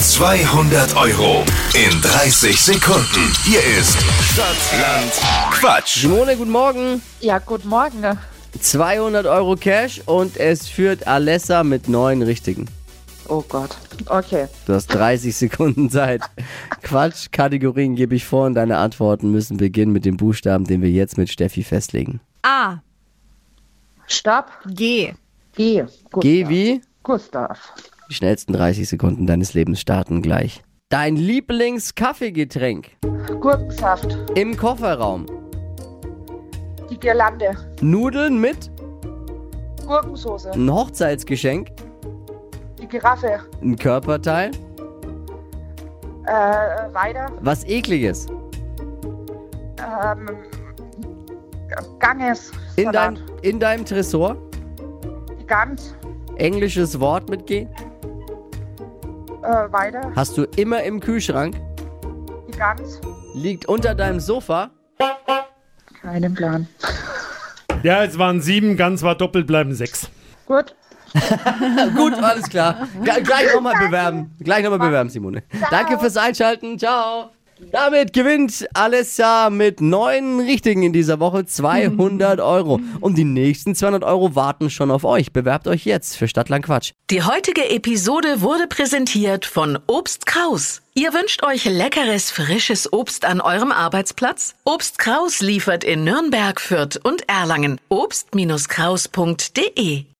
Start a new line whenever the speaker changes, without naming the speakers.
200 Euro in 30 Sekunden. Hier ist Stadtland Quatsch.
Simone, guten Morgen.
Ja, guten Morgen. ne?
200 Euro Cash und es führt Alessa mit neun Richtigen.
Oh Gott. Okay.
Du hast 30 Sekunden Zeit. Quatsch, Kategorien gebe ich vor und deine Antworten müssen beginnen mit dem Buchstaben, den wir jetzt mit Steffi festlegen.
A.
Stab,
G.
G. Gustav.
Geh wie?
Gustav.
Die schnellsten 30 Sekunden deines Lebens starten gleich. Dein Lieblingskaffeegetränk
Gurkensaft.
im Kofferraum.
Die Girlande.
Nudeln mit
Gurkensoße.
ein Hochzeitsgeschenk,
Die Giraffe.
ein Körperteil,
Äh, weiter.
was ekliges
Ähm, Ganges.
in, dein,
Salat.
in deinem Tresor,
Die Gans.
englisches Wort mit G,
Äh, weiter.
hast du immer im Kühlschrank,
Die Gans.
liegt unter deinem Sofa.
Keinen Plan.
Ja, es waren sieben, ganz war doppelt, bleiben sechs.
Gut.
Gut, alles klar. Gle- gleich nochmal bewerben. Gleich nochmal bewerben, Simone. Danke fürs Einschalten. Ciao. Damit gewinnt Alessa mit neun Richtigen in dieser Woche 200 Euro. Und die nächsten 200 Euro warten schon auf euch. Bewerbt euch jetzt für Stadtland Quatsch.
Die heutige Episode wurde präsentiert von Obst Kraus. Ihr wünscht euch leckeres, frisches Obst an eurem Arbeitsplatz? Obst Kraus liefert in Nürnberg, Fürth und Erlangen. Obst-Kraus.de